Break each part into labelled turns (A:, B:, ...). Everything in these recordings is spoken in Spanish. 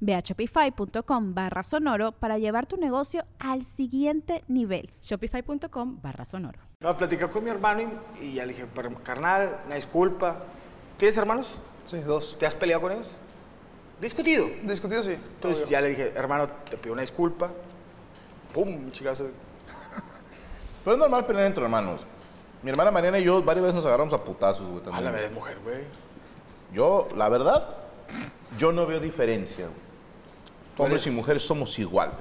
A: Ve a shopify.com barra sonoro para llevar tu negocio al siguiente nivel.
B: Shopify.com barra sonoro.
C: No, platicé con mi hermano y, y ya le dije, "Pero, carnal, una disculpa. ¿Tienes hermanos?
D: Sí, dos.
C: ¿Te has peleado con ellos? ¿Discutido?
D: Discutido, sí.
C: Entonces
D: obvio.
C: ya le dije, hermano, te pido una disculpa. Pum, un chingazo.
E: Pero es normal pelear entre hermanos. Mi hermana Mariana y yo varias veces nos agarramos a putazos, güey.
C: A
E: también.
C: la vez, mujer, güey.
E: Yo, la verdad, yo no veo diferencia. güey. Hombres y mujeres somos iguales.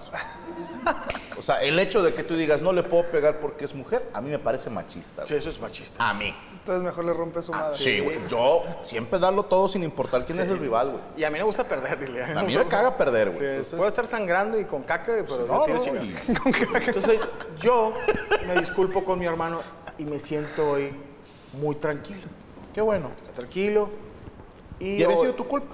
E: O sea, el hecho de que tú digas no le puedo pegar porque es mujer, a mí me parece machista. güey.
C: Sí, eso es machista. Ah,
E: A mí.
D: Entonces mejor le rompe su madre.
E: Sí, güey. Yo siempre darlo todo sin importar quién es el rival, güey.
C: Y a mí no me gusta perder, dile. ¿eh?
E: A mí me caga perder, güey.
C: Sí, Puedo estar sangrando y con caca, pero no,
E: No,
C: tiro
E: no,
C: chingada.
E: y-
C: Entonces yo me disculpo con mi hermano y me siento hoy muy tranquilo.
E: Qué bueno.
C: Tranquilo. Y,
E: Y había
C: hoy-
E: sido tu culpa.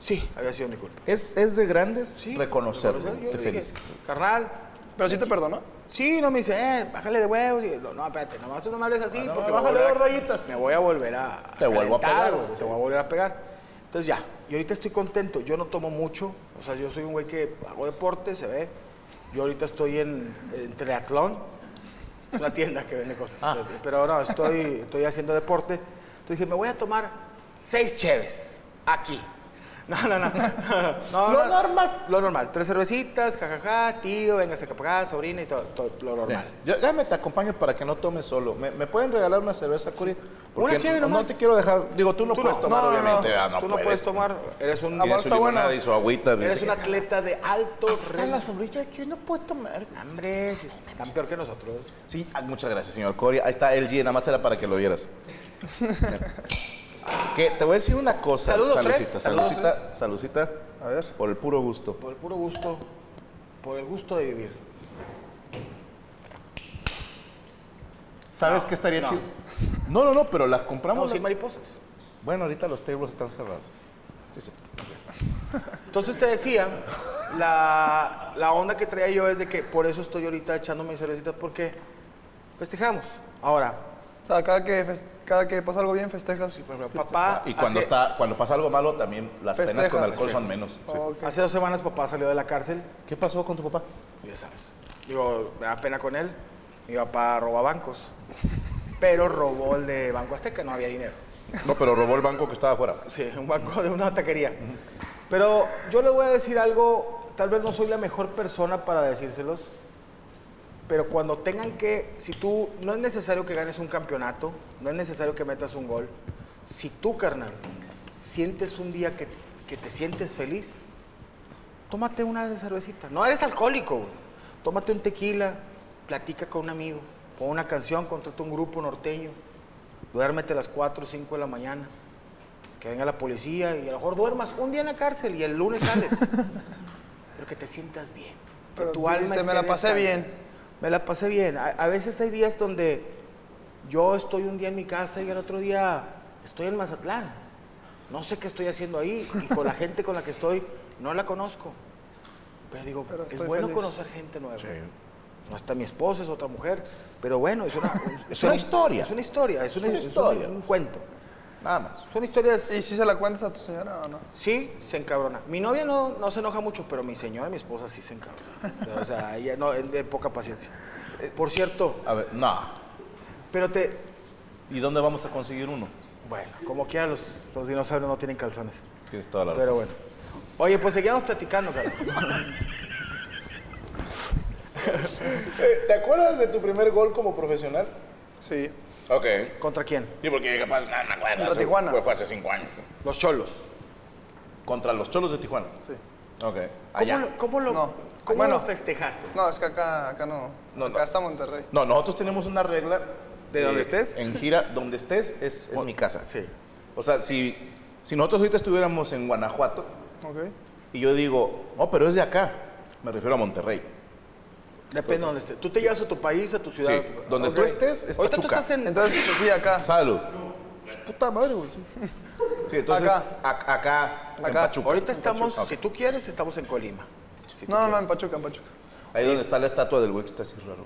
C: Sí, había sido mi culpa.
E: Es, es de grandes
C: Sí,
E: reconocerlo.
C: reconocer, yo
E: Te
C: le dije,
E: felicito.
C: Carnal,
D: Pero sí te perdonó.
C: Sí, no me dice, eh, bájale de huevos. Y lo, no, espérate, nomás tú no me hables así.
E: Ah, no,
C: porque
E: bájale
C: me voy a-
E: dos rayitas.
C: Me voy a volver a.
E: Te vuelvo a
C: calentar,
E: pegar,
C: güey,
E: güey,
C: Te
E: sí.
C: voy a volver a pegar. Entonces ya, y ahorita estoy contento. Yo no tomo mucho. O sea, yo soy un güey que hago deporte, se ve. Yo ahorita estoy en, en triatlón. Es una tienda que vende cosas.
E: Ah.
C: Pero ahora estoy, estoy haciendo deporte. Entonces dije, me voy a tomar seis cheves aquí. No, no, no. No,
E: Lo
C: no.
E: normal.
C: Lo normal. Tres cervecitas, jajaja, tío, venga, acá para acá, sobrina y todo, todo lo
E: Bien,
C: normal.
E: Yo, ya me te acompaño para que no tomes solo. ¿Me, me pueden regalar una cerveza, Curi? Porque
C: Una chévere
E: no,
C: nomás.
E: te quiero dejar. Digo, tú no puedes tomar, obviamente. Ah,
C: tú no puedes tomar. Eres un,
E: Tiene
D: Amor,
E: su
D: está buena.
E: limonada y su agüita.
C: eres un atleta de
E: Ah,
C: alto riesgo.
E: sobrinas que yo no puedo tomar.
C: Hombre, sí, están peor que nosotros.
E: Sí, ah, muchas gracias, señor Cori. Ahí está LG, nada más era para que lo vieras. que te voy a decir una cosa.
C: Saludos, tres.
E: Salucita,
C: Saludos,
E: salucita, salucita.
D: A ver.
E: Por el puro gusto.
C: Por el puro gusto, por el gusto de vivir.
E: ¿Sabes qué estaría chido? No, no, no, pero las compramos.
C: Vamos sin mariposas.
E: Bueno, ahorita los tables están cerrados. Sí, sí.
C: Entonces te decía, la, la onda que traía yo es de que por eso estoy ahorita echándome cervecitas, porque festejamos. Ahora,
D: O sea, cada que, fes- cada que pasa algo bien, festejas.
C: por ejemplo, papá.
E: Y cuando,
C: hace-
E: está, cuando pasa algo malo, también las penas
D: Festeja,
E: con alcohol
D: festeja.
E: son menos. sí.
D: Ok.
C: Hace dos semanas papá salió de la cárcel,
E: ¿Qué pasó con tu papá?
C: ya sabes. Digo, me da pena con él. Mi papá roba bancos, pero robó el de Banco Azteca, no había dinero.
E: No, pero robó el banco que estaba afuera.
C: Sí, un banco de una taquería. Pero yo les voy a decir algo, tal vez no soy la mejor persona para decírselos, pero cuando tengan que, si tú, no es necesario que ganes un campeonato, no es necesario que metas un gol, si tú, carnal, sientes un día que, que te sientes feliz, tómate una de cervecita. No eres alcohólico, güey. Tómate un tequila, platica con un amigo, pon una canción, contrata un grupo norteño, duérmete a las 4 o 5 de la mañana que venga la policía y a lo mejor duermas un día en la cárcel y el lunes sales. pero que te sientas bien. Que
D: Pero
C: tu alma
D: dijiste,
C: esté
D: "Me la pasé
C: descansando".
D: bien.
C: Me la pasé bien. A, a veces hay días donde yo estoy un día en mi casa y al otro día estoy en Mazatlán. No sé qué estoy haciendo ahí y con la gente con la que estoy no la conozco. Pero digo,
D: Pero
C: es
D: estoy
C: bueno
D: feliz.
C: conocer gente nueva. No está mi esposa, es otra mujer. Pero bueno, es una, es
E: una historia.
C: Es una historia, es una,
E: Es una
C: es un-
E: historia.
C: un cuento.
E: Nada más.
C: Son historias
D: ¿Y si se la cuentas a tu señora o no?
C: Sí, se encabrona. Mi novia no, no se enoja mucho, pero mi señora, mi esposa, sí se encabrona. O sea, ella no, es de poca paciencia. Por cierto,
E: A ver, no.
C: pero te...
E: ¿Y dónde vamos a conseguir uno?
C: Bueno, como quiera, los, los dinosaurios no tienen calzones.
E: Tienes toda la razón.
C: Pero bueno. Oye, pues seguíamos platicando, cara.
E: ¿Te acuerdas de tu primer gol como profesional?
D: Sí.
E: Ok.
C: ¿Contra quién?
E: Sí, porque capaz, no me acuerdo.
D: Contra
E: hace-
D: Tijuana.
E: Fue, fue hace cinco años.
C: Los cholos.
E: Contra los cholos de Tijuana.
D: Sí.
E: Ok.
C: ¿Cómo
E: Allá.
C: lo, cómo lo-
D: No.
C: cómo
D: Bueno.
C: lo festejaste?
D: No, es que acá, acá no.
E: No,
D: acá
E: no.
D: está Monterrey.
E: No, nosotros tenemos una regla.
C: ¿De donde estés?
E: En gira, donde estés es, es mi casa.
C: Sí.
E: O sea, si, si nosotros ahorita estuviéramos en Guanajuato
D: Ok.
E: y yo digo, no, pero es de acá, me refiero a Monterrey.
C: Depende de donde estés. Tú te llevas a tu país, a tu ciudad.
E: Sí,
C: a tu-
E: donde tú
C: Ok.
E: estés, es
C: Ahorita tú
E: Pachuca.
C: estás en.
D: Entonces, sí, acá.
E: Salud. Puta madre, güey. Sí, entonces,
D: Acá.
E: ac- acá, en
D: Acá.
E: Pachuca.
C: ahorita
E: En
C: estamos,
E: Pachuca.
C: si tú quieres, estamos en Colima. Si tú
D: No, no, no,
C: quieres.
D: en Pachuca, en Pachuca.
E: Ahí donde está la estatua del güey que está así raro.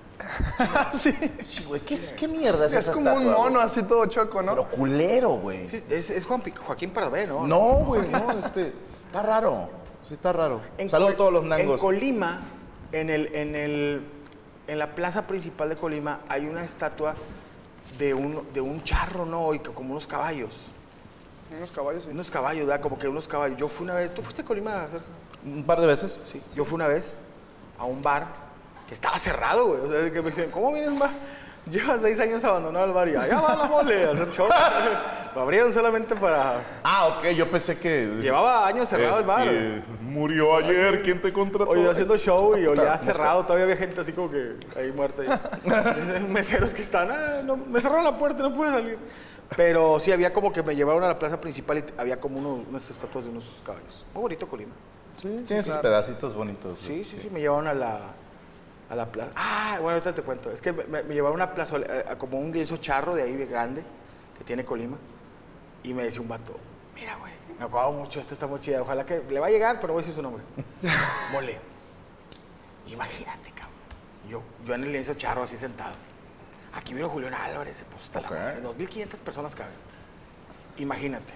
D: sí.
E: Sí, güey, ¿qué, es- qué mierda es
D: Es
E: esa
D: como un
E: estatua,
D: mono
E: güey?
D: así todo choco, ¿no?
E: Pero culero, güey.
C: Sí, es, es Juan Pi- Joaquín Pardavé, ¿no?
E: No, güey, no, este, está raro. Sí, está raro.
C: En
E: Saludos
C: Col-
E: a todos los
C: En
E: nangos.
C: Colima, en el, en el, en la plaza principal de Colima, hay una estatua de un, de un charro, ¿no? Y que como unos caballos.
D: Unos caballos, sí.
C: Unos caballos, ¿verdad? Como que unos caballos. Yo fui una vez, ¿tú fuiste a Colima, Sergio?
E: Un par de veces.
C: Sí. Yo fui una vez a un bar que estaba cerrado, güey. O sea, que me dicen, ¿cómo vienes a un bar? Lleva seis años abandonado el bar y allá va la mole a hacer show. Lo abrieron solamente para...
E: Ah, ok, yo pensé que...
C: Llevaba años cerrado el bar. güey.
E: Este, Murió ayer, ¿quién te contrató?
C: Oye, haciendo show y
E: Puta
C: olía
E: mosca.
C: cerrado, todavía había gente así como que ahí muerta. y- Meseros que están, "Ah, no, me cerró la puerta, no pude salir. Pero sí, había como que me llevaron a la plaza principal y t- había como uno- unas estatuas de unos caballos. Muy bonito Colima.
E: Tiene sus pedacitos bonitos.
C: Sí, sí, sí, me llevaron a la, a la plaza. Ah, bueno, ahorita te cuento. Es que me, me llevaron a una plaza, eh, a- a como un lienzo charro de ahí de grande que tiene Colima. Y me decía un vato, mira, güey, me acuerdo mucho, esta está muy chida. Ojalá que le va a llegar, pero no voy a decir su nombre. Mole. Imagínate, cabrón. Yo, yo en el lienzo charro así sentado. Aquí vino Julián Álvarez, pues está
E: Ok.
C: la madre, 2.500 personas caben. Imagínate.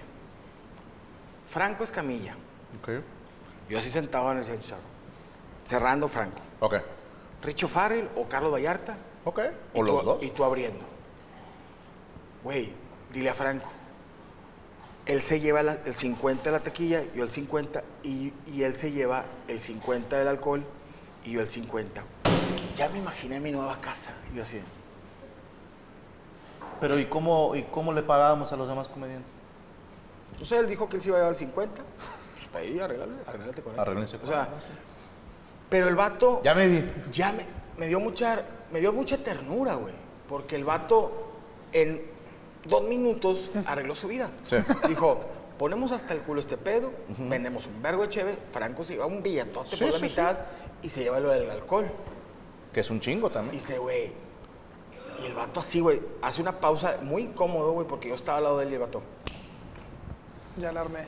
C: Franco Escamilla.
E: Ok.
C: Yo así sentado en el lienzo charro. Cerrando Franco.
E: Ok.
C: Richo Farrell o Carlos Vallarta.
E: Ok.
C: y tú-
E: O los dos.
C: Y tú abriendo. Güey, dile a Franco. Él se lleva la- el 50 de la taquilla, yo el 50, y, y él se lleva el 50 del alcohol y yo el 50. Ya me imaginé mi nueva casa. Y yo así,
E: Pero ¿y cómo, ¿y cómo le pagábamos a los demás comediantes?
C: O sea, él dijo que él se iba a llevar el 50. Pues ahí, arreglale, arreglate con él.
E: Arréglense
C: O
E: con
C: sea, pero el vato...
E: Ya me vi.
C: ya me, me dio mucha me dio mucha ternura, güey, porque el vato en dos minutos arregló su vida.
E: Sí.
C: Dijo, ponemos hasta el culo este pedo, vendemos un vergo de cheve, Franco se lleva un billetote
E: Sí,
C: por la
E: sí,
C: mitad y se lleva lo del alcohol.
E: Que es un chingo
C: Y
E: también.
C: dice, güey, y el vato así, güey, hace una pausa muy incómodo, güey, porque yo estaba al lado de él y el vato,
D: Ya la armé.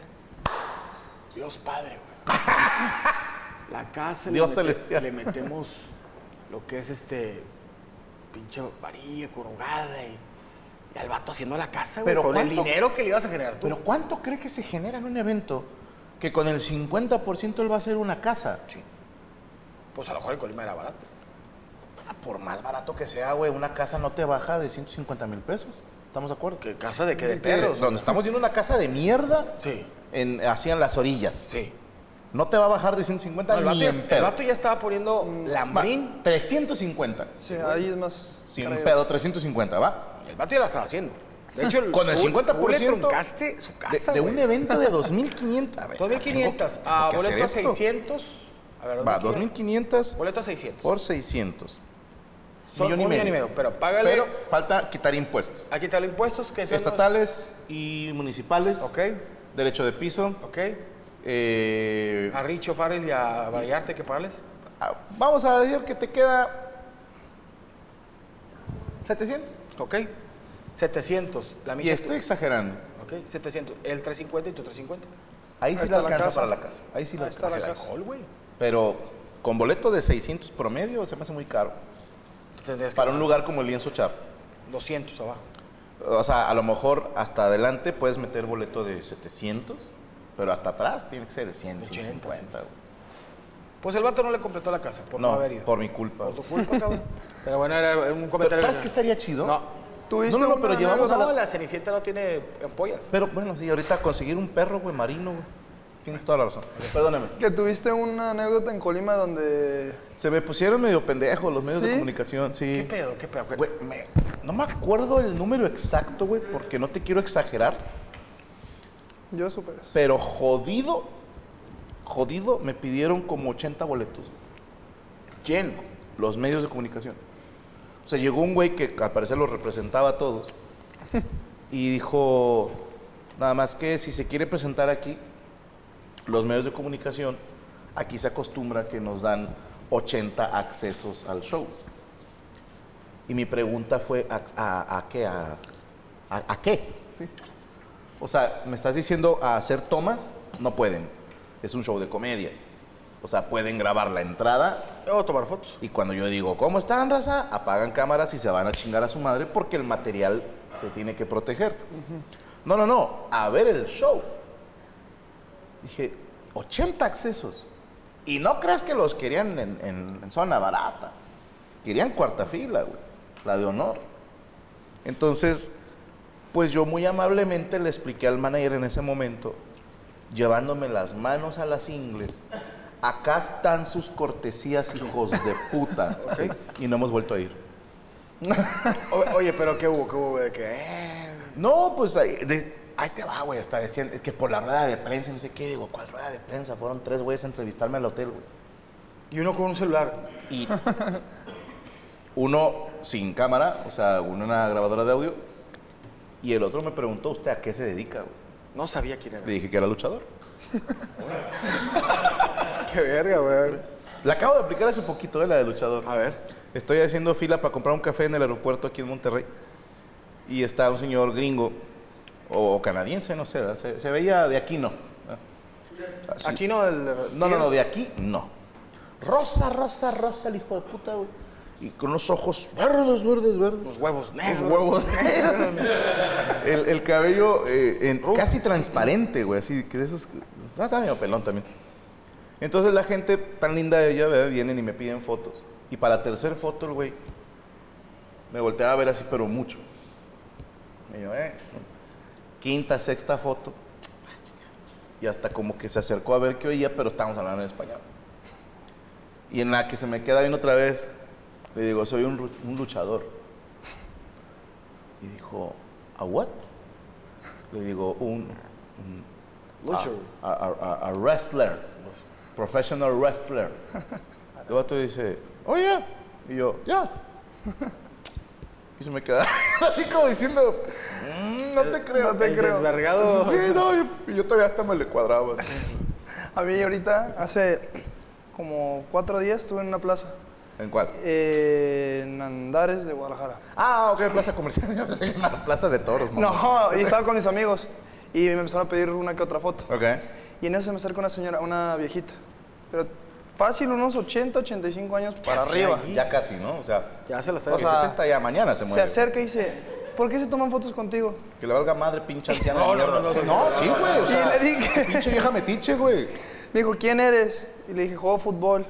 C: Dios Padre, güey. La casa le
E: Dios
C: mete-
E: celestial.
C: le metemos lo que es este pinche varilla corrugada y, y al vato haciendo la casa, güey,
E: Pero
C: con el
E: ¿cuánto?
C: dinero que le ibas a generar tú.
E: Pero ¿cuánto cree que se genera en un evento que con el 50% él va a ser una casa? Sí.
C: pues a lo mejor en Colima era barato. Ah,
E: Por más barato que sea, güey, una casa no te baja de 150 mil pesos. ¿Estamos de acuerdo?
C: ¿Qué casa de qué? De perros.
E: Donde estamos viendo una casa de mierda.
C: Sí.
E: En, así en las orillas.
C: Sí.
E: No te va a bajar de 150
C: No, el, vato
E: ni
C: ya,
E: en
C: el
E: pedo.
C: vato ya estaba poniendo lambrín.
E: Va, 350.
D: Sí, ahí es más.
E: Sin
D: creo.
E: pedo, 350, ¿va?
C: El vato ya la estaba haciendo. De hecho,
E: Con el
C: tú-
E: 50%
C: tú le truncaste su
E: De,
C: casa,
E: de
C: güey.
E: un evento de 2.500. A ver, tengo
C: 2.500
E: que-
C: a
E: tengo que hacer
C: ah, boleto a
E: esto.
C: 600. A ver,
E: Va, 2.500
C: Boleto a 600.
E: por 600.
C: Son un millón y medio, pero págale-
E: Pero falta quitar impuestos.
C: Aquí están los impuestos que son los-
E: Estatales y municipales.
C: Ok.
E: Derecho de piso.
C: Ok. Ah.
E: eh,
C: A Richo Farrell y a Variarte que pagarles.
E: ah, vamos a decir que te queda 700.
C: Ok. 700. La
E: Y este.
C: mía.
E: estoy exagerando.
C: Ok. 700. El 350 y tu 350.
E: Ahí sí
D: Ahí
E: le
D: está la
E: alcanza
D: casa.
E: para la casa. Ahí sí le
D: Ahí está
E: alcanza.
D: la
C: El
D: casa.
C: alcohol, güey.
E: Pero con boleto de 600 promedio se me hace muy caro.
C: Tú tendrías que
E: Para un
C: pagar
E: lugar como el Lienzo Char.
C: 200 abajo.
E: O sea, a lo mejor hasta adelante puedes meter boleto de 700, pero hasta atrás tiene que ser de 100,
C: 80,
E: 150. güey.
C: Pues el vato no le completó la casa por no,
E: No,
C: haber ido.
E: por mi culpa.
C: Por
E: güey.
C: tu culpa, cabrón. Pero bueno, era un
E: Pero
C: comentario.
E: ¿Sabes qué estaría chido?
C: No.
E: No,
D: ¿Tuviste
E: no, no,
D: una
E: pero
D: de
E: llevamos a
C: No,
E: la...
C: la cenicienta no tiene ampollas.
E: Pero bueno, sí, ahorita conseguir un perro, güey, marino, güey. Tienes toda la razón. Perdóname.
D: Que tuviste una anécdota en Colima donde.
E: Se me pusieron medio pendejos los medios de
D: ¿Sí?
E: comunicación, sí.
C: ¿Qué pedo? ¿Qué pedo?
E: Güey, me- no me acuerdo el número exacto, güey, porque no te quiero exagerar,
D: Yo supe eso.
E: pero jodido, jodido, me pidieron como 80 boletos. ¿Quién? Los medios de comunicación. O sea, llegó un güey que al parecer los representaba a todos y dijo, nada más que si se quiere presentar aquí, los medios de comunicación, aquí se acostumbra que nos dan 80 accesos al show. Y mi pregunta fue, ¿a, a- a qué? A, a- a qué? O sea, me estás diciendo a hacer tomas, no pueden. Es un show de comedia. O sea, pueden grabar la entrada
C: O tomar fotos.
E: y cuando yo digo, ¿cómo están, raza? Apagan cámaras y se van a chingar a su madre porque el material se tiene que proteger. No, no, no, a ver el show. Dije, 80 accesos. Y no creas que los querían en, en- en zona barata. Querían cuarta fila, güey, la de honor. Entonces, pues yo muy amablemente le expliqué al manager en ese momento, llevándome las manos a las ingles, acá están sus cortesías, hijos de puta. Y no hemos vuelto a ir.
C: O- oye, pero ¿qué hubo? ¿Qué hubo? güey? De que, eh,
E: No, pues ahí, de- ahí te va, güey, hasta decían, es que por la rueda de prensa, no sé qué, digo, ¿cuál rueda de prensa? Fueron tres güeyes a entrevistarme al hotel, güey.
C: Y uno con un celular.
E: Y uno sin cámara, o sea, uno en una grabadora de audio, y el otro me preguntó, ¿usted a qué se dedica, güey?
C: No sabía quién era.
E: Le dije que era luchador.
C: Ah, Qué verga, güey.
E: La acabo de aplicar hace poquito, eh, la de luchador.
C: A ver.
E: Estoy haciendo fila para comprar un café en el aeropuerto aquí en Monterrey. Y está un señor gringo, o, o canadiense, no sé, ¿verdad? se, se veía de aquí no. Así-
C: Aquí no, el.
E: No, no, no, de aquí no. Rosa, rosa, rosa, el hijo de puta, güey. Y con los ojos verdes, verdes, verdes.
C: Los huevos negros.
E: Los huevos negros. el, el cabello eh, en- casi transparente, güey, así que de esos. que- Ah, está medio pelón también. Entonces la gente tan linda de ella, ¿verdad? vienen y me piden fotos. Y para la tercera foto, el güey me volteaba a ver así, pero mucho. Y yo, eh. Quinta, sexta foto. Y hasta como que se acercó a ver qué oía, pero estábamos hablando en español. Y en la que se me queda bien otra vez, le digo, soy un, ru- un luchador. Y dijo, ¿a what? Le digo, un, un-
C: Lucho.
E: A, a- a- a wrestler, pues, professional wrestler. El vato dice, oye, y yo, ya. Y se me queda así como diciendo, "Mm, no te creo.
D: no te
C: el
D: creo.
C: desvergado.
E: Sí, no, yo, yo todavía hasta me le cuadraba así.
D: A mí ahorita, hace como cuatro días, estuve en una plaza.
E: ¿En cuál?
D: eh, en Andares de Guadalajara.
E: Ah, ok, plaza comercial. Yo pensé que era una plaza de toros, mamá.
D: No, y estaba con mis amigos. Y me empezaron a pedir una que otra foto.
E: Ok.
D: Y en eso se me acerca una señora, una viejita. Pero fácil, unos 80, 85 años para
E: Sí,
D: arriba.
E: ahí, Ya casi, ¿no? O sea,
C: Ya se las
E: o
C: trae.
E: sea, esta ya mañana se
D: Se
E: muere.
D: acerca y dice, ¿por qué se toman fotos contigo?
E: Que le valga madre, pinche anciana. No, no, no, no, sí, güey. O
D: Y
E: sea,
D: le dije-
E: Pinche vieja metiche, güey.
D: Me dijo, ¿quién eres? Y le dije, juego fútbol.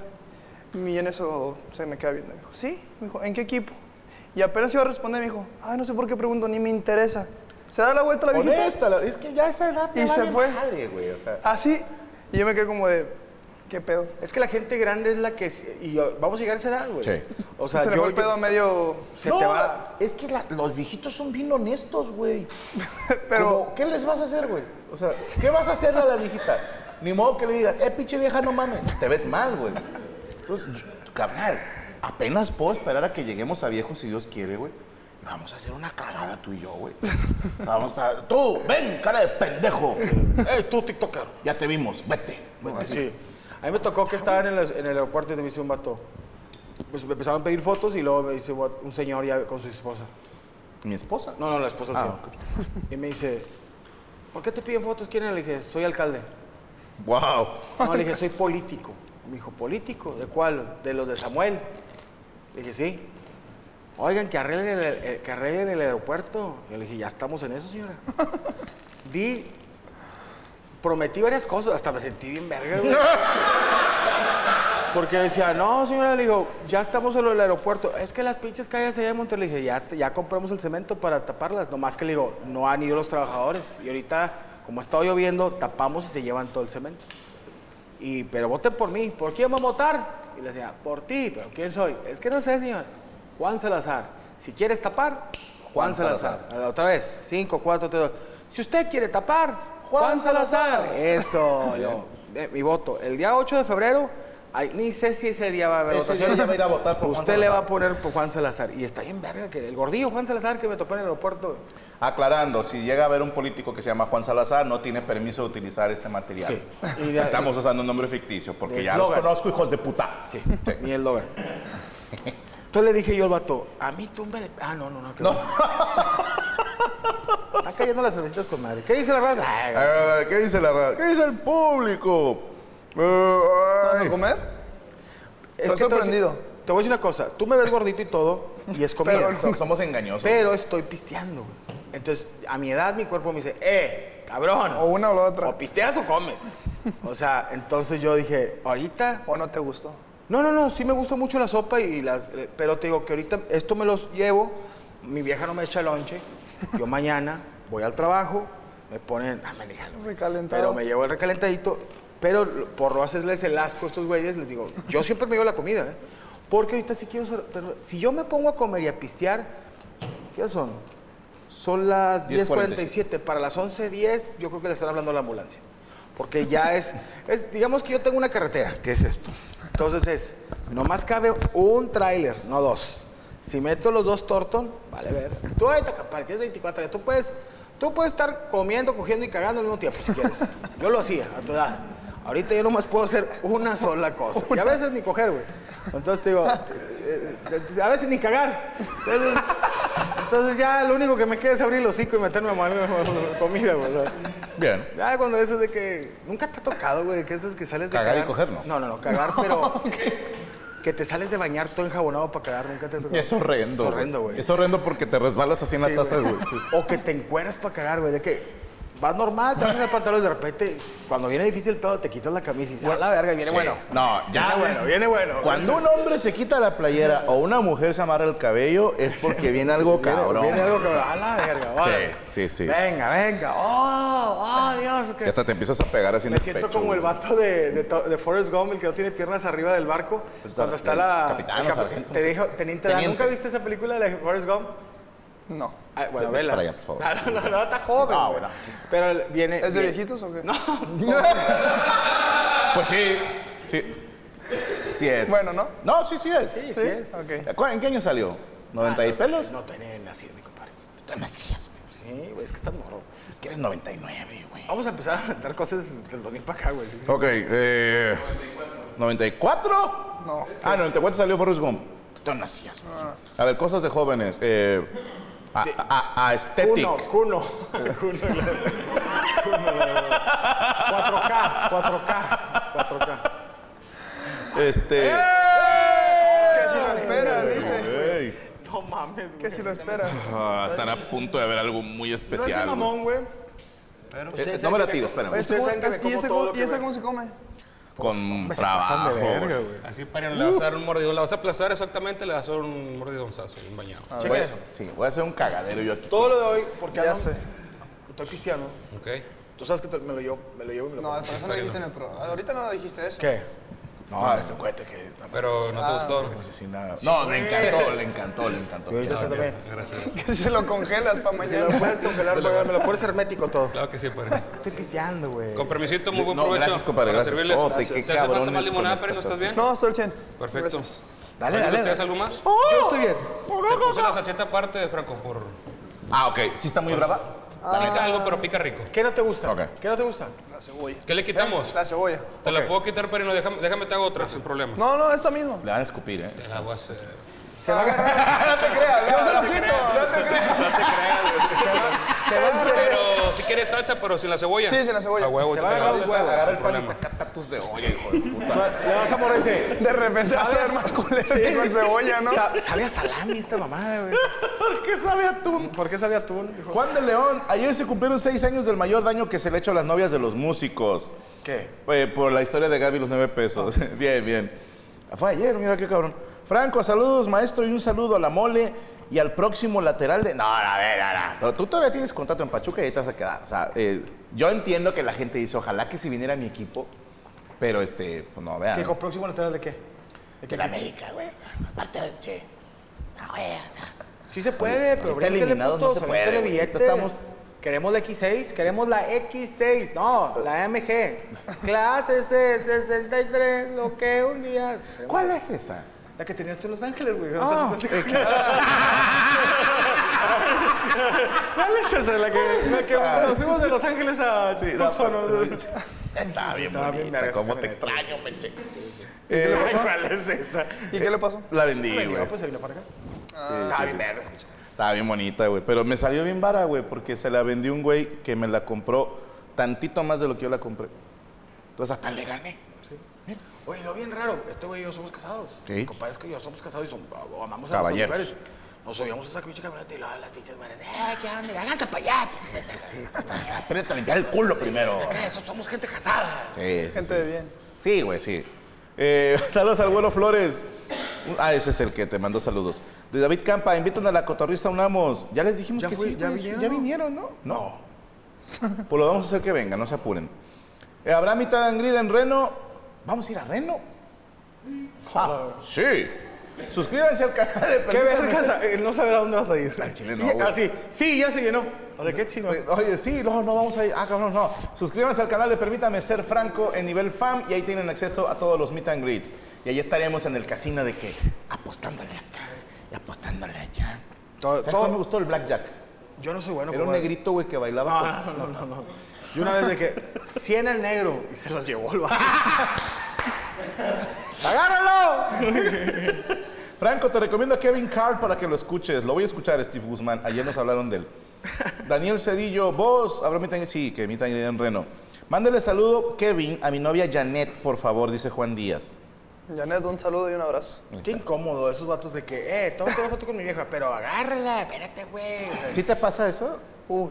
D: Y en eso se me queda viendo. Me dijo, ¿sí? Me dijo, ¿en qué equipo? Y apenas iba a responder, me dijo, ay, no sé por qué pregunto, ni me interesa. Se da la vuelta la viejita.
E: Honesta, la- es que ya esa edad te
D: Y se
E: vale
D: fue. Ah,
E: madre, güey. O sea,
D: Así. Y yo me quedé como de, ¿qué pedo?
C: Es que la gente grande es la que. se- Y yo- vamos a llegar a esa edad, güey.
E: Sí.
C: O sea,
D: se le
C: yo-
D: fue el pedo a medio...
C: Se
E: no,
C: te va.
E: Es que la- los viejitos son bien honestos, güey.
D: Pero-
E: Como, ¿qué les vas a hacer, güey? O sea, ¿qué vas a hacerle a la viejita? Ni modo que le digas, eh, pinche vieja, no mames. Te ves mal, güey. Entonces, yo- carnal, apenas puedo esperar a que lleguemos a viejos, si Dios quiere, güey. Y Vamos a hacer una cagada tú y yo, güey. Vamos a. Tú, ven, cara de pendejo.
C: ¡Ey, tú, TikToker!
E: Ya te vimos, vete.
C: Vete, sí. A mí me tocó que estaba en el, en el aeropuerto y me dice un vato. Pues me empezaron a pedir fotos y luego me dice un vato- un señor ya con su esposa.
E: Mi esposa.
C: No, no, la esposa
E: Ah,
C: sí. Y me dice, ¿por qué te piden fotos? ¿Quién eres? Le dije, soy alcalde.
E: Wow.
C: No, le dije, soy político. Me dijo, ¿político? ¿De cuál? ¿De los de Samuel? Le dije, sí. Oigan, que arreglen el, eh, que arreglen el aeropuerto. Yo le dije, ya estamos en eso, señora. Di, prometí varias cosas, hasta me sentí bien verga, güey. Porque decía, no, señora, le digo, ya estamos en lo del aeropuerto. Es que las pinches calles allá de Monterrey, le dije, ya, ya compramos el cemento para taparlas. Nomás que le digo, no han ido los trabajadores. Y ahorita, Como estaba lloviendo, tapamos y se llevan todo el cemento. Y, pero voten por mí. ¿Por quién vamos a votar? Y le decía, por ti, pero ¿quién soy? Es que no sé, señor. Juan Salazar. Si quieres tapar, Juan,
E: Juan
C: Salazar.
E: Salazar.
C: Otra vez, cinco, cuatro, tres. dos. Si usted quiere tapar, Juan, Salazar. Eso, yo, eh, mi voto. El día 8 de febrero, ay, ni sé si ese día va a haber
E: Ese
C: votación.
E: día ya va a ir a votar por Juan
C: Usted le va a
E: Salazar.
C: poner por Juan Salazar. Y está bien verga, que el gordillo Juan Salazar que me topé en el aeropuerto.
E: Aclarando, si llega a haber un político que se llama Juan Salazar, no tiene permiso de utilizar este material.
C: Sí. Y de-
E: Estamos usando un nombre ficticio, porque
C: De
E: ya los
C: eslogan.
E: conozco, hijos de puta.
C: Sí, ni el lover. Entonces le dije yo al vato, a mí túmbale. Ah, no, no, no. creo. Está cayendo las cervecitas con madre. ¿Qué dice la raza? Ay,
E: Ah, ¿Qué dice la radio? ¿Qué dice el público? Eh,
D: ¿Vas
E: ay.
D: a comer?
C: es
D: estoy
C: te voy a decir-
D: sorprendido.
C: Te voy a decir una cosa. Tú me ves gordito y todo, y es comida.
E: Pero so- somos engañosos.
C: Pero estoy pisteando, güey. Entonces, a mi edad, mi cuerpo me dice, ¡eh, cabrón!
D: O una o la otra.
C: O pisteas o comes. O sea, entonces yo dije, ahorita.
D: ¿O no te gustó?
C: No, no, no, sí me gusta mucho la sopa y las. eh, Pero te digo que ahorita esto me los llevo, mi vieja no me echa lonche. Yo mañana voy al trabajo, me ponen. Ah, me
D: Un recalentado.
C: Pero me llevo el recalentadito. Pero lo- por no hacerles el asco a estos güeyes, les digo, yo siempre me llevo la comida, ¿eh? Porque ahorita sí quiero. ser- pero si yo me pongo a comer y a pistear, ¿qué horas son? Son las
E: 10:47.
C: 10.47. Para las 11.10, yo creo que le están hablando a la ambulancia. Porque ya es, es. Digamos que yo tengo una carretera, que es esto. Entonces es. Nomás cabe un tráiler, no dos. Si meto los dos Torton, vale ver. Tú ahorita que partías 24 años, tú puedes, tú puedes estar comiendo, cogiendo y cagando al mismo tiempo si quieres. Yo lo hacía a tu edad. Ahorita yo nomás puedo hacer una sola cosa. Y a veces ni coger, güey. Entonces te digo, eh, eh, a veces ni cagar. Entonces, entonces ya lo único que me queda es abrir los hocico y meterme a mano comida, güey. o sea.
E: Bien.
C: Ya cuando eso de que. Nunca te ha tocado, güey, que esas que sales de
E: Cagar y coger, ¿no?
C: No, no, no, cagar, pero. Que te sales de bañar todo enjabonado para cagar, nunca te ha tocado.
E: Es horrendo.
C: Es horrendo, güey.
E: Es horrendo porque te resbalas así en
C: Sí,
E: la taza, güey. Sí.
C: O que te encueras para cagar, güey, de que. Vas normal, te pones el pantalón y de repente, cuando viene difícil el pedo, te quitas la camisa y dices, a la verga, viene
E: Sí.
C: bueno.
E: No, ya.
C: Viene bueno, viene bueno.
E: Cuando un hombre se quita la playera o una mujer se amarra el cabello, es porque viene algo
C: Viene-
E: cabrón.
C: Viene algo cabrón. A la verga, vale.
E: Sí, sí, sí.
C: Venga, venga. Oh, oh, Dios.
E: Ya
C: que-
E: hasta te empiezas a pegar así en
C: Me
E: el
C: siento
E: pecho,
C: como el
E: güey.
C: vato de, de, To- de Forrest Gump, el que no tiene piernas arriba del barco,
E: Pues
C: cuando
E: está-
C: está la...
E: el capitán,
C: el
E: o sargento,
C: te
E: sí.
C: dijo, teniente, Dan,
E: Teniente.
C: ¿nunca viste esa película de Forrest Gump?
D: No.
C: Ah, bueno,
E: Vete
C: vela.
E: para allá, por favor.
C: No, no, no, está joven.
E: Ah,
C: güey.
E: bueno, sí, sí.
C: Pero el- viene...
D: ¿Es de
C: viene-
D: viejitos o qué?
C: No,
E: Pues sí. Sí. Sí es.
D: Bueno, ¿no?
E: No, sí, sí es. Ah,
C: sí,
D: ¿Sí?
C: sí es.
D: Ok.
E: ¿Cu- ¿En qué año salió? ¿90 y pelos?
C: No tenía nacido, mi compadre.
E: Tú nacías, güey.
C: Sí, güey, es que estás morro.
E: Es que eres 99, güey.
C: Vamos a empezar a inventar cosas del 2000 para acá, güey.
E: Ok, eh... 94. ¿94?
D: No.
E: Ah, 94 salió Forrest Gump. Tú nacías, güey. A ver, cosas de jóvenes. Eh... A, a, a aesthetic.
C: Cuno, cuno. Cuno. la- cuno, la- la- 4K, 4K, 4K.
E: Este...
D: Que si lo esperas, dice.
E: Ey.
C: No mames, güey.
D: Que si lo esperas.
E: Ah, están a punto de ver algo muy
C: No es
E: especial.
C: mamón, güey.
E: güey. Eh, no me la tires, espérame.
D: Oye,
C: Ustedes saben que me
D: ¿y
C: como
D: ese
C: todo
D: cómo-
C: lo que
D: ¿Y esa
C: veo.
D: cómo se come?
E: Con
C: se pasan
E: trabajo.
C: de verga,
E: güey.
C: güey.
F: Así para le vas a dar un mordidón, la vas a aplazar exactamente, le vas a dar un mordidonzazo, un bañado.
E: Voy a- Sí, voy a hacer un cagadero yo aquí.
C: Todo lo de hoy, porque
D: Ya
C: ando-
D: sé.
C: Estoy pisteando.
F: ¿Ok?
C: Tú sabes que te- me lo llevo, me lo llevo y me lo
D: No,
C: pongo.
D: por eso no dijiste en el pro. Ahorita no dijiste eso.
C: ¿Qué? Ah.
E: No, te cuente que tampoco
F: Pero no te gustó.
E: así nada. No, le encantó, le encantó, le encantó.
C: Yo sé también.
F: Gracias.
D: Que si lo congelas para
C: Si lo
D: mañana.
C: puedes congelar, güey, me lo pones hermético todo.
F: Claro que sí, padre.
C: Estoy pisteando, güey.
F: Con permisito, muy buen
E: No,
F: provecho.
E: gracias, compadre,
F: para
E: gracias.
F: servirle.
E: Oh, te- qué
F: ¿Te hace falta
E: cabrones con
F: más limonada,
E: esta
F: pero no estás bien?
D: No, estoy el 100.
F: Perfecto.
C: Dale,
F: ¿Alguien de
C: dale.
F: ¿Ustedes
C: dale.
F: algo más?
C: Yo estoy bien.
F: Te puse la salsita aparte, Franco, por...
E: Ah, ok. ¿Sí está muy brava?
F: Pica algo, pero pica rico.
C: ¿Qué no te gusta?
E: Ok.
C: ¿Qué no te gusta?
D: La cebolla.
F: ¿Qué le quitamos?
D: La cebolla.
F: Te la puedo quitar, pero no, déjame, déjame te hago otra, sin problema.
D: No, no, esta misma.
E: Le van a escupir, ¿eh?
F: Te la voy a hacer.
C: Se va a agarrar.
D: No te creas, yo se lo quito. No te creas.
F: No te creas.
C: Se va a agarrar.
F: Pero si quieres salsa, pero sin la cebolla.
D: Sí, sin la cebolla.
F: A huevo,
C: Se
F: yo
C: va a
F: te la
C: agarrar
F: hago.
C: los huevos.
E: Agarra el pan y saca tus de olla, hijo de puta.
C: Le vas a morder ese.
D: De repente va a ser más culero que con cebolla, ¿no?
C: Sa- Sabe a salami esta mamada, güey.
E: ¿Por qué sabe atún?
C: ¿Por qué sabe a atún? hijo?
E: Juan de León, ayer se cumplieron seis años del mayor daño que se le ha hecho a las novias de los músicos.
C: ¿Qué?
E: Eh, por la historia de Gaby y los nueve pesos. bien, bien. Fue ayer, mira qué cabrón. Franco, saludos, maestro, y un saludo a la mole y al próximo lateral de. No, a ver, a ver. No, Tú todavía tienes contrato en Pachuca y ahí te vas a quedar. O sea, eh, yo entiendo que la gente dice, ojalá que si viniera mi equipo, pero este, pues no, vean.
C: ¿Qué dijo? ¿Próximo lateral de qué? ¿De qué?
E: la
C: equipo?
E: América, güey. Aparte del Che. No, güey. o sea,
C: Sí se puede, pero
E: ahorita
C: bríncale,
E: eliminados no
C: putos,
E: se puede,
C: aviéntale
E: güey. Ahorita
C: billetes.
E: estamos-
C: Queremos la X6, queremos la X6, no, la MG. Clase C, 63, lo que un día.
E: ¿Cuál es esa?
C: La que tenías tú en Los Ángeles, güey.
E: Ah,
C: ¿Cuál es esa? La que, la que
E: esa?
C: nos fuimos de Los Ángeles a
E: Sí, la-
C: Tucson. ¿no?
E: Está bien,
C: estaba bien
E: bonita,
C: verga esa
E: ¿Cómo te
C: camioneta.
E: extraño, Meche?
C: Eh, ¿Cuál es esa?
D: ¿Y qué le pasó?
E: La vendí,
C: Bueno,
E: güey.
C: pues se vino para acá.
E: Estaba bien verga esa muchacha. Estaba bien bonita, güey. Pero me salió bien vara, güey, porque se la vendió un güey que me la compró tantito más de lo que yo la compré. Entonces
C: Ah,
E: hasta le gané.
C: Oye, lo bien raro, este güey y yo somos casados.
E: Sí.
C: Mi Compadre, es que yo somos casados y somos, amamos
E: Caballeros.
C: a nuestras mujeres. Nos subíamos a esa pinche camioneta y luego las pinches madres, ¡eh, qué onda! ¡Háganse para allá! Sí,
E: Aprende a limpiar el culo primero.
C: Eso, somos gente casada.
E: Sí, sí,
D: Gente
E: sí.
D: de bien.
E: Sí, güey, sí. Eh, saludos al güero Flores. Ah, ese es el que te mandó saludos. De David Campa, invitan a la cotorrista Unamos. Ya les dijimos
C: Ya
E: que
C: fue,
E: sí.
C: ya
E: güey,
C: vinieron,
E: ya
C: ¿no?
E: vinieron, ¿no? No. pues lo vamos a hacer que vengan, no se apuren. Eh, ¿Habrá mitad de Angrida en Reno? ¿Vamos a ir a Reno? Ah, sí. Suscríbanse al canal de
C: ¿Qué
E: Permítame
C: vergas? Eh, No sabrá dónde vas a ir.
E: Al chile no,
C: Y-
E: güey.
C: Así, sí, ya se llenó. ¿O de qué chino?
E: Oye, Oye, sí, no, no vamos a ir. Ah, cabrón, no. Suscríbanse al canal de Permítame Ser Franco en nivel fam y ahí tienen acceso a todos los meet and greets. Y ahí estaremos en el casino de que apostándole acá y apostándole allá.
C: Todo-
E: ¿Sabes
C: todo-
E: cuál me gustó el blackjack?
C: Yo no soy bueno.
E: Era un
C: compadre.
E: negrito, güey, que bailaba. con-
C: No, no, no, no. Yo una vez de que 100 al negro y se los llevó el vato.
E: ¡Agárralo! Franco, te recomiendo a Kevin Carr para que lo escuches. Lo voy a escuchar, Steve Guzmán. Ayer nos hablaron de él. Daniel Cedillo, vos, habrá mi sí, que mi en Reno. Mándale saludo, Kevin, a mi novia Janet, por favor, dice Juan Díaz.
D: Janet, un saludo y un abrazo.
C: Qué incómodo esos vatos de que, eh, toma una foto con mi vieja, pero agárrala, espérate, güey.
E: ¿Sí te pasa eso?
D: Uy.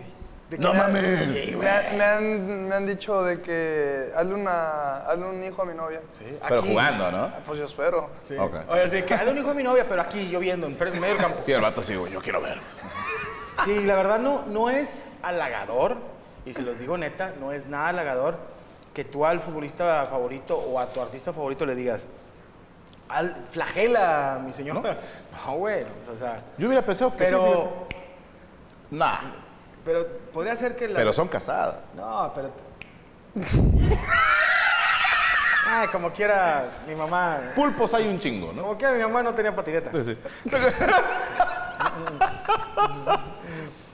C: De que
E: No
C: me-
E: mames.
C: Sí,
D: Me,
C: güey.
D: ha- me han, me han dicho de que hazle, una, hazle un hijo a mi novia.
C: Sí,
E: Pero
C: aquí.
E: jugando, ¿no?
D: Ah, Pues yo espero.
C: Sí.
E: Ok.
C: Oye, sí, que hazle un hijo de mi novia, pero aquí, lloviendo, en frente- en medio del campo.
E: Sí, el vato sí, güey, yo quiero ver.
C: Sí, la verdad no, no es halagador, y se los digo neta, no es nada halagador que tú al futbolista favorito o a tu artista favorito le digas, al, flagela, mi señor. No, güey, no, o sea,
E: Yo hubiera pensado que
C: pero,
E: sí, fíjate. Nah,
C: pero podría ser que la...
E: pero son casadas.
C: No, pero... Ay, como quiera, mi mamá...
E: Pulpos hay un chingo, ¿no?
C: Como quiera, mi mamá no tenía patineta.
E: Sí, sí.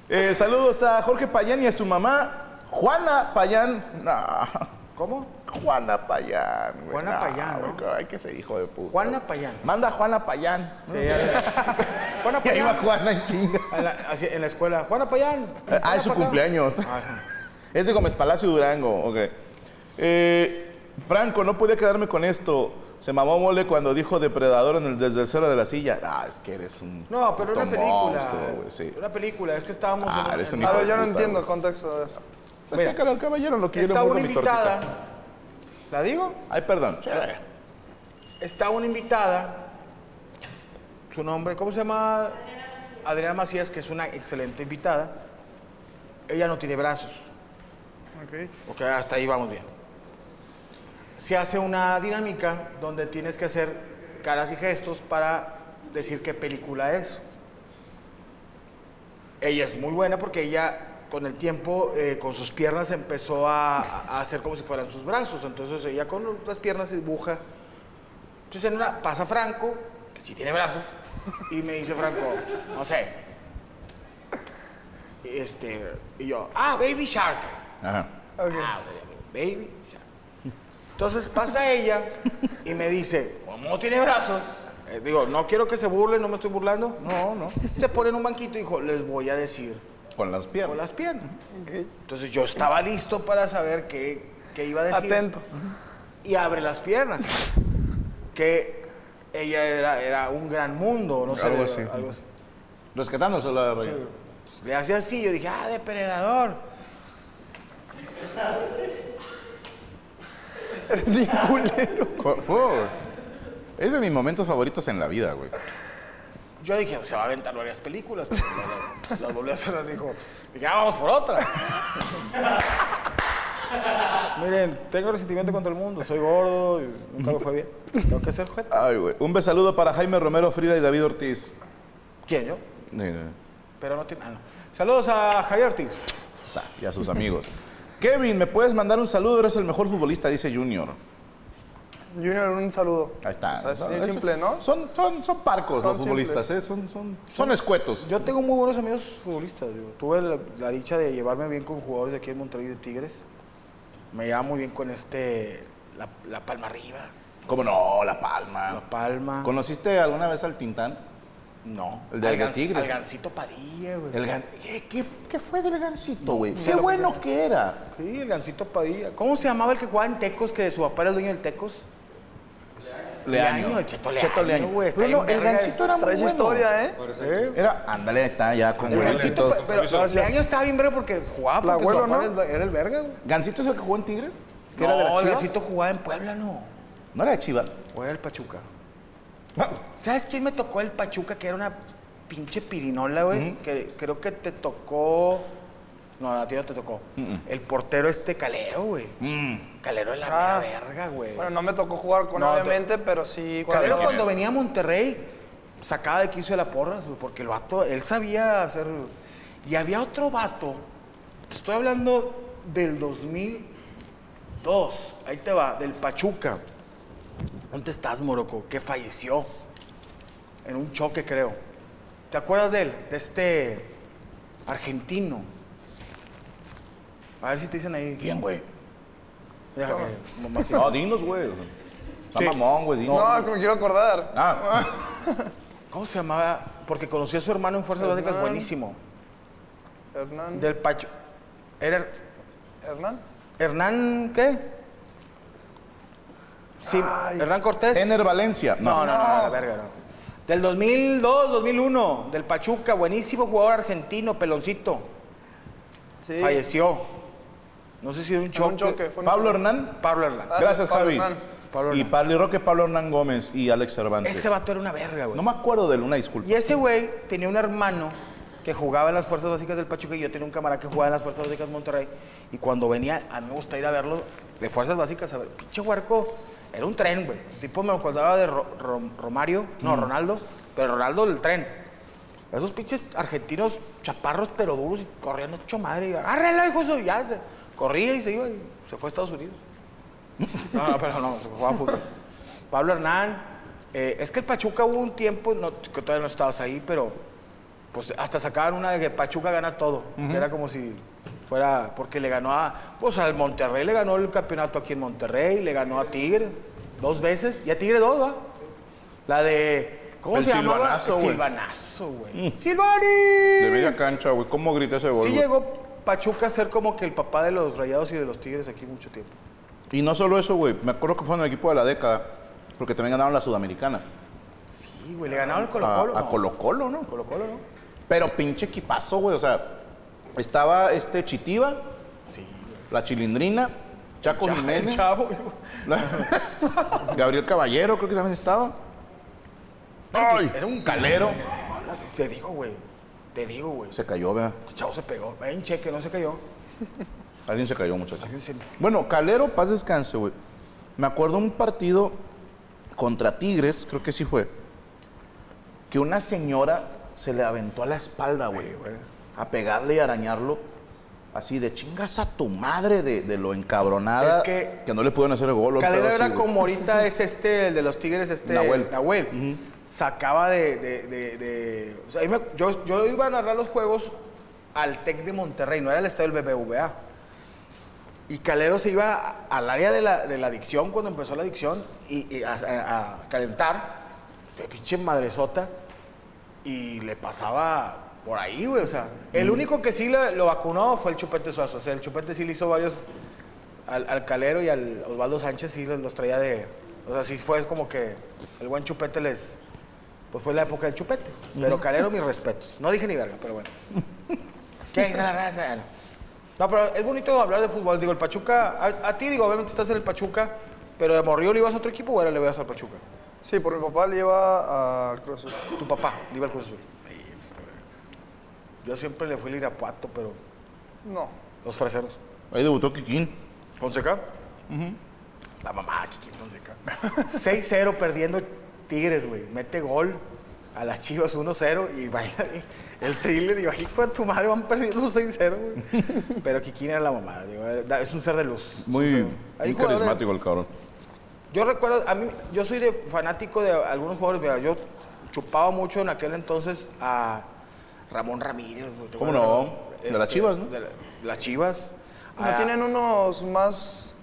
E: Eh, saludos a Jorge Payán y a su mamá, Juana Payán. Nah,
C: ¿Cómo?
E: Juana Payán. güey,
C: Juana
E: nah,
C: Payán, ¿no?
E: güey, Ay, que ese hijo de puta.
C: Juana Payán.
E: Manda a Juana Payán.
C: Sí, a la- Juana
E: Y ahí va
C: Payán.
E: Juana en chinga.
C: A la- así, en la escuela. Juana Payán.
E: Ah, es su
C: Juana Payán.
E: cumpleaños. Es de Gómez Palacio Durango, ok. Eh, Franco, no podía quedarme con esto. Se mamó mole cuando dijo depredador en el desde el cero de la silla. Ah, es que eres un.
C: No, pero
E: puto
C: una película.
E: monstruo, güey, sí.
C: Una película, es que estábamos.
E: Ah,
C: en un-
E: eres
C: en-
E: un
D: A
E: hijo
D: ver,
E: de
D: yo no
E: puta,
D: entiendo el
E: güey.
D: contexto. a ver.
C: Mira,
E: Explícale al caballero lo que yo le
C: está
E: pongo
C: una
E: a mi tortita.
C: invitada. ¿La digo?
E: Ay, perdón.
C: Está una invitada. Su nombre, ¿cómo se llama? Adriana Macías, que es una excelente invitada. Ella no tiene brazos.
D: Ok.
C: Ok, hasta ahí vamos bien. Se hace una dinámica donde tienes que hacer caras y gestos para decir qué película es. Ella es muy buena porque ella con el tiempo, eh, con sus piernas, empezó a, a hacer como si fueran sus brazos. Entonces ella con las piernas se dibuja. Entonces en una pasa Franco, que sí tiene brazos, y me dice Franco, no sé. Este, y yo, ah, Baby Shark.
E: Ajá.
C: Ah, o sea, ya veo, baby. o sea. Entonces pasa ella y me dice, como no tiene brazos, eh, digo, no quiero que se burlen, no me estoy burlando.
E: No, no.
C: Se pone en un banquito y dijo, les voy a decir
E: Con las piernas.
C: con las piernas. Entonces yo estaba listo para saber qué, qué iba a decir.
D: Atento.
C: Y abre las piernas. Que ella era, era un gran mundo, no sé.
E: Algo así. Rescatándose la
C: Le hacía así, yo dije, ah, depredador.
D: Eres bien culero.
E: Por favor. Es de mis momentos favoritos en la vida, güey.
C: Yo dije, se va a aventar varias películas. Pues, la- la- Las volví a cerrar. Dijo, ya vamos por otra. Miren, tengo resentimiento contra el mundo. Soy gordo y nunca me fue bien. Tengo que ser juez.
E: Ay, güey. Un besaludo para Jaime Romero Frida y David Ortiz. Eh,
C: ¿Quién yo?
E: No, no, no.
C: Pero no tiene. ah, no. Saludos a Javier Ortiz.
E: Ta, Y a sus amigos. Kevin, ¿me puedes mandar un saludo? Eres el mejor futbolista, dice Junior.
D: Junior, un saludo.
E: Ahí está.
D: O sea, es
E: Son- es-
D: simple, ¿no?
E: Son, son, son parcos
D: Son
E: los futbolistas,
D: simples.
E: ¿eh? Son, son, son escuetos.
C: Yo tengo muy buenos amigos futbolistas. digo. Tuve la, la dicha de llevarme bien con jugadores de aquí en Monterrey de Tigres. Me llevaba muy bien con este. La, la Palma Rivas.
E: ¿Cómo no? La Palma.
C: La Palma.
E: ¿Conociste alguna vez al Tintán?
C: No.
E: El de
C: Al
E: los
C: Gan-
E: Tigres.
C: al Gancito Padilla, güey.
E: El gan- ¿Qué, qué, qué fue del Gancito, güey?
C: Sí,
E: Qué
C: lo-
E: bueno que era.
C: Sí, el Gancito Padilla. ¿Cómo se llamaba el que jugaba en Tecos, que su papá era el dueño del Tecos? el Cheto Leaño. güey, está
E: Pero no,
C: bien
E: el
C: verga.
E: Gancito era muy
D: Traes
E: bueno.
D: historia, ¿eh?
E: Era, ándale, ahí está ya con
C: El Gancito,
E: Gancito.
C: Pa- pero el Leaño estaba bien verga porque jugaba
D: La
C: porque
D: hueva,
C: su papá
D: ¿no?
C: era el- era el verga, güey.
E: ¿Gancito es el que jugó en Tigres? ¿Que
C: no,
E: era de las
C: el
E: Chivas?
C: Gancito jugaba en Puebla, ¿no?
E: No era de Chivas.
C: ¿O era el Pachuca? ¿Sabes quién me tocó el Pachuca? Que era una pinche pirinola, güey. Que creo que te tocó... No, a ti no te tocó. El portero este Calero, güey.
E: Mm.
C: Calero de la mera
D: Ah.
C: verga, güey.
D: Bueno, no me tocó jugar con él,
C: No, te-
D: obviamente, pero sí. con
C: Calero
D: él.
C: cuando venía a Monterrey sacaba de 15 de la porra, güey, porque el vato, él sabía hacer... Y había otro vato, te estoy hablando del 2002, ahí te va, del Pachuca. ¿Dónde estás, Moroco? Que falleció en un choque, creo. ¿Te acuerdas de él? De este argentino. A ver si te dicen ahí.
E: ¿Quién, güey?
C: Deja que- mamacita.
E: No, dinos, güey. Está
C: Sí.
E: mamón, güey, dinos.
D: No, me quiero acordar.
E: Ah,
C: ¿Cómo se llamaba? Porque conocí a su hermano en Fuerzas Básicas,
D: Hernán.
C: buenísimo.
D: Hernán.
C: Del Pacho. Era
D: Hernán.
C: Hernán, ¿qué? Sí, Hernán Cortés.
E: Ener Valencia.
C: No, no,
E: No,
C: no, no, la verga, no. Del 2002, 2001, del Pachuca, buenísimo jugador argentino, peloncito.
D: Sí.
C: Falleció. No sé si de un
D: Fue
C: choque.
D: un choque, fue un
E: Pablo
D: choque.
E: Hernán.
C: Pablo Hernán.
D: Ah,
E: Gracias,
D: Pablo
E: Javi.
D: Hernán.
C: Pablo
E: y
C: Hernán.
E: Pablo Roque, Pablo Hernán Gómez y Alex Cervantes.
C: Ese vato era una verga, güey.
E: No me acuerdo de él, una disculpa.
C: Y ese güey tenía un hermano que jugaba en las Fuerzas Básicas del Pachuca y yo tenía un camarada que jugaba en las Fuerzas Básicas de Monterrey. Y cuando venía, a mí me gusta ir a verlo de Fuerzas Básicas, a ver, pinche huerco, era un tren, güey. El tipo me acordaba de Ro- Ro- Romario, no, Ronaldo, pero Ronaldo el tren. Esos pinches argentinos chaparros pero duros y corrían hecho madre. Y, Agárralo, hijo, eso", y ya se corría y se iba y se fue a Estados Unidos. No, no, pero no, jugaba fútbol. Pablo Hernán. eh, es que el Pachuca hubo un tiempo, no, que todavía no estabas ahí, pero pues hasta sacaban una de que Pachuca gana todo. que era como si fuera, porque le ganó a, pues al Monterrey le ganó el campeonato aquí en Monterrey, le ganó a Tigre dos veces, y a Tigre dos, ¿va? La de, ¿cómo
E: El
C: se llamaba?
E: silvanazo, güey. Mm.
C: Silvanazo, güey. ¡Silvani!
E: De media cancha, güey. ¿Cómo grita ese gol?
C: Sí
E: güey?
C: llegó Pachuca a ser como que el papá de los Rayados y de los Tigres aquí mucho tiempo.
E: Y no solo eso, güey. Me acuerdo que fue en el equipo de la década, porque también ganaron la Sudamericana.
C: Sí, güey, le ganaron al
E: A-
C: Colo-Colo.
E: A
C: ¿no?
E: Colo-Colo, ¿no?
C: Colo-Colo, ¿no?
E: Pero pinche equipazo, güey. O sea, estaba este Chitiva,
C: Sí.
E: la Chilindrina, Chaco
C: Cha- el
E: Jiménez,
C: chavo.
E: la- Gabriel Caballero, creo que también estaba. Ay,
C: Era un
E: calero.
C: Te digo, güey. Te digo, güey.
E: Se cayó, vea.
C: Este chavo se pegó. Ven, cheque, no se cayó.
E: Alguien se cayó, muchachos.
C: Alguien se-
E: Bueno, Calero, paz descanse, güey. Me acuerdo un partido contra Tigres, creo que sí fue, que una señora se le aventó a la espalda, güey, a pegarle y arañarlo, así de chingas a tu madre de, de lo encabronada
C: Es que-
E: no le pudieron hacer el gol. o el
C: Calero
E: pedo así,
C: era
E: güey.
C: como ahorita es este, el de los Tigres, este.
E: Nahuel.
C: Sacaba de. de, de, de- o sea, ahí me- yo, yo iba a narrar los juegos al Tec de Monterrey, no era el estadio del BBVA. Y Calero se iba a- al área de la, de la adicción cuando empezó la adicción y, y a, a- a calentar. De pinche madresota. Y le pasaba por ahí, güey. O sea, el único que sí le- lo vacunó fue el Chupete Suazo. O sea, el Chupete sí le hizo varios al, al Calero y al Osvaldo Sánchez sí los, los traía de. O sea, sí fue como que el buen Chupete les. Pues fue la época del Chupete. Pero Calero, mis respetos. No dije ni verga, pero bueno. ¿Qué dice la raza? Ah, No. No, pero es bonito hablar de fútbol. Digo, el Pachuca. A, a ti, digo, obviamente estás en el Pachuca, pero de Morrillo le ibas a otro equipo o ahora le ibas al Pachuca.
D: Sí, por mi papá le lleva al Cruz Azul.
C: Tu papá, le iba al Cruz Azul. Ahí, está bien. Yo siempre le fui al Irapuato, pero
D: No.
C: los freseros.
E: Ahí debutó Kikín.
C: ¿Fonseca? La mamá, Kikín Fonseca. 6-0 perdiendo Tigres, güey. Mete gol a las Chivas 1-0 y baila el thriller y baila con tu madre, van perdiendo 6-0, güey. Pero Kikín era la mamá, digo, era- es un ser de luz. Es
E: Muy,
C: un ser- Hay
E: muy
C: jugadores-
E: carismático el cabrón.
C: Yo recuerdo, a mí, yo soy de fanático de algunos jugadores. Mira, yo chupaba mucho en aquel entonces a Ramón Ramírez. güey, ¿te
E: ¿Cómo
C: acuerdas? este,
E: no? De las Chivas, ¿no?
C: De la- las Chivas.
D: ¿No
C: Ah,
D: tienen unos más.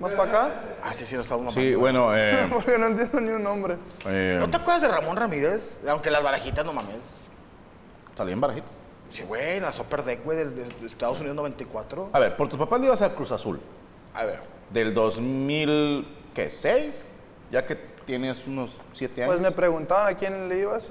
D: más para acá?
C: Ah, sí, sí, no estábamos
E: Sí,
C: mamando.
E: bueno, eh,
D: Porque no entiendo ni un nombre.
E: eh,
C: ¿No te acuerdas de Ramón Ramírez? Aunque las barajitas no mames.
E: salí en barajita.
C: Sí, güey, la Super Deck, güey, del- de, de Estados Unidos 94.
E: A ver, por tus papás le ibas al Cruz Azul.
C: A ver.
E: Del 2006, ya que tienes unos 7 años.
D: Pues me preguntaban a quién le ibas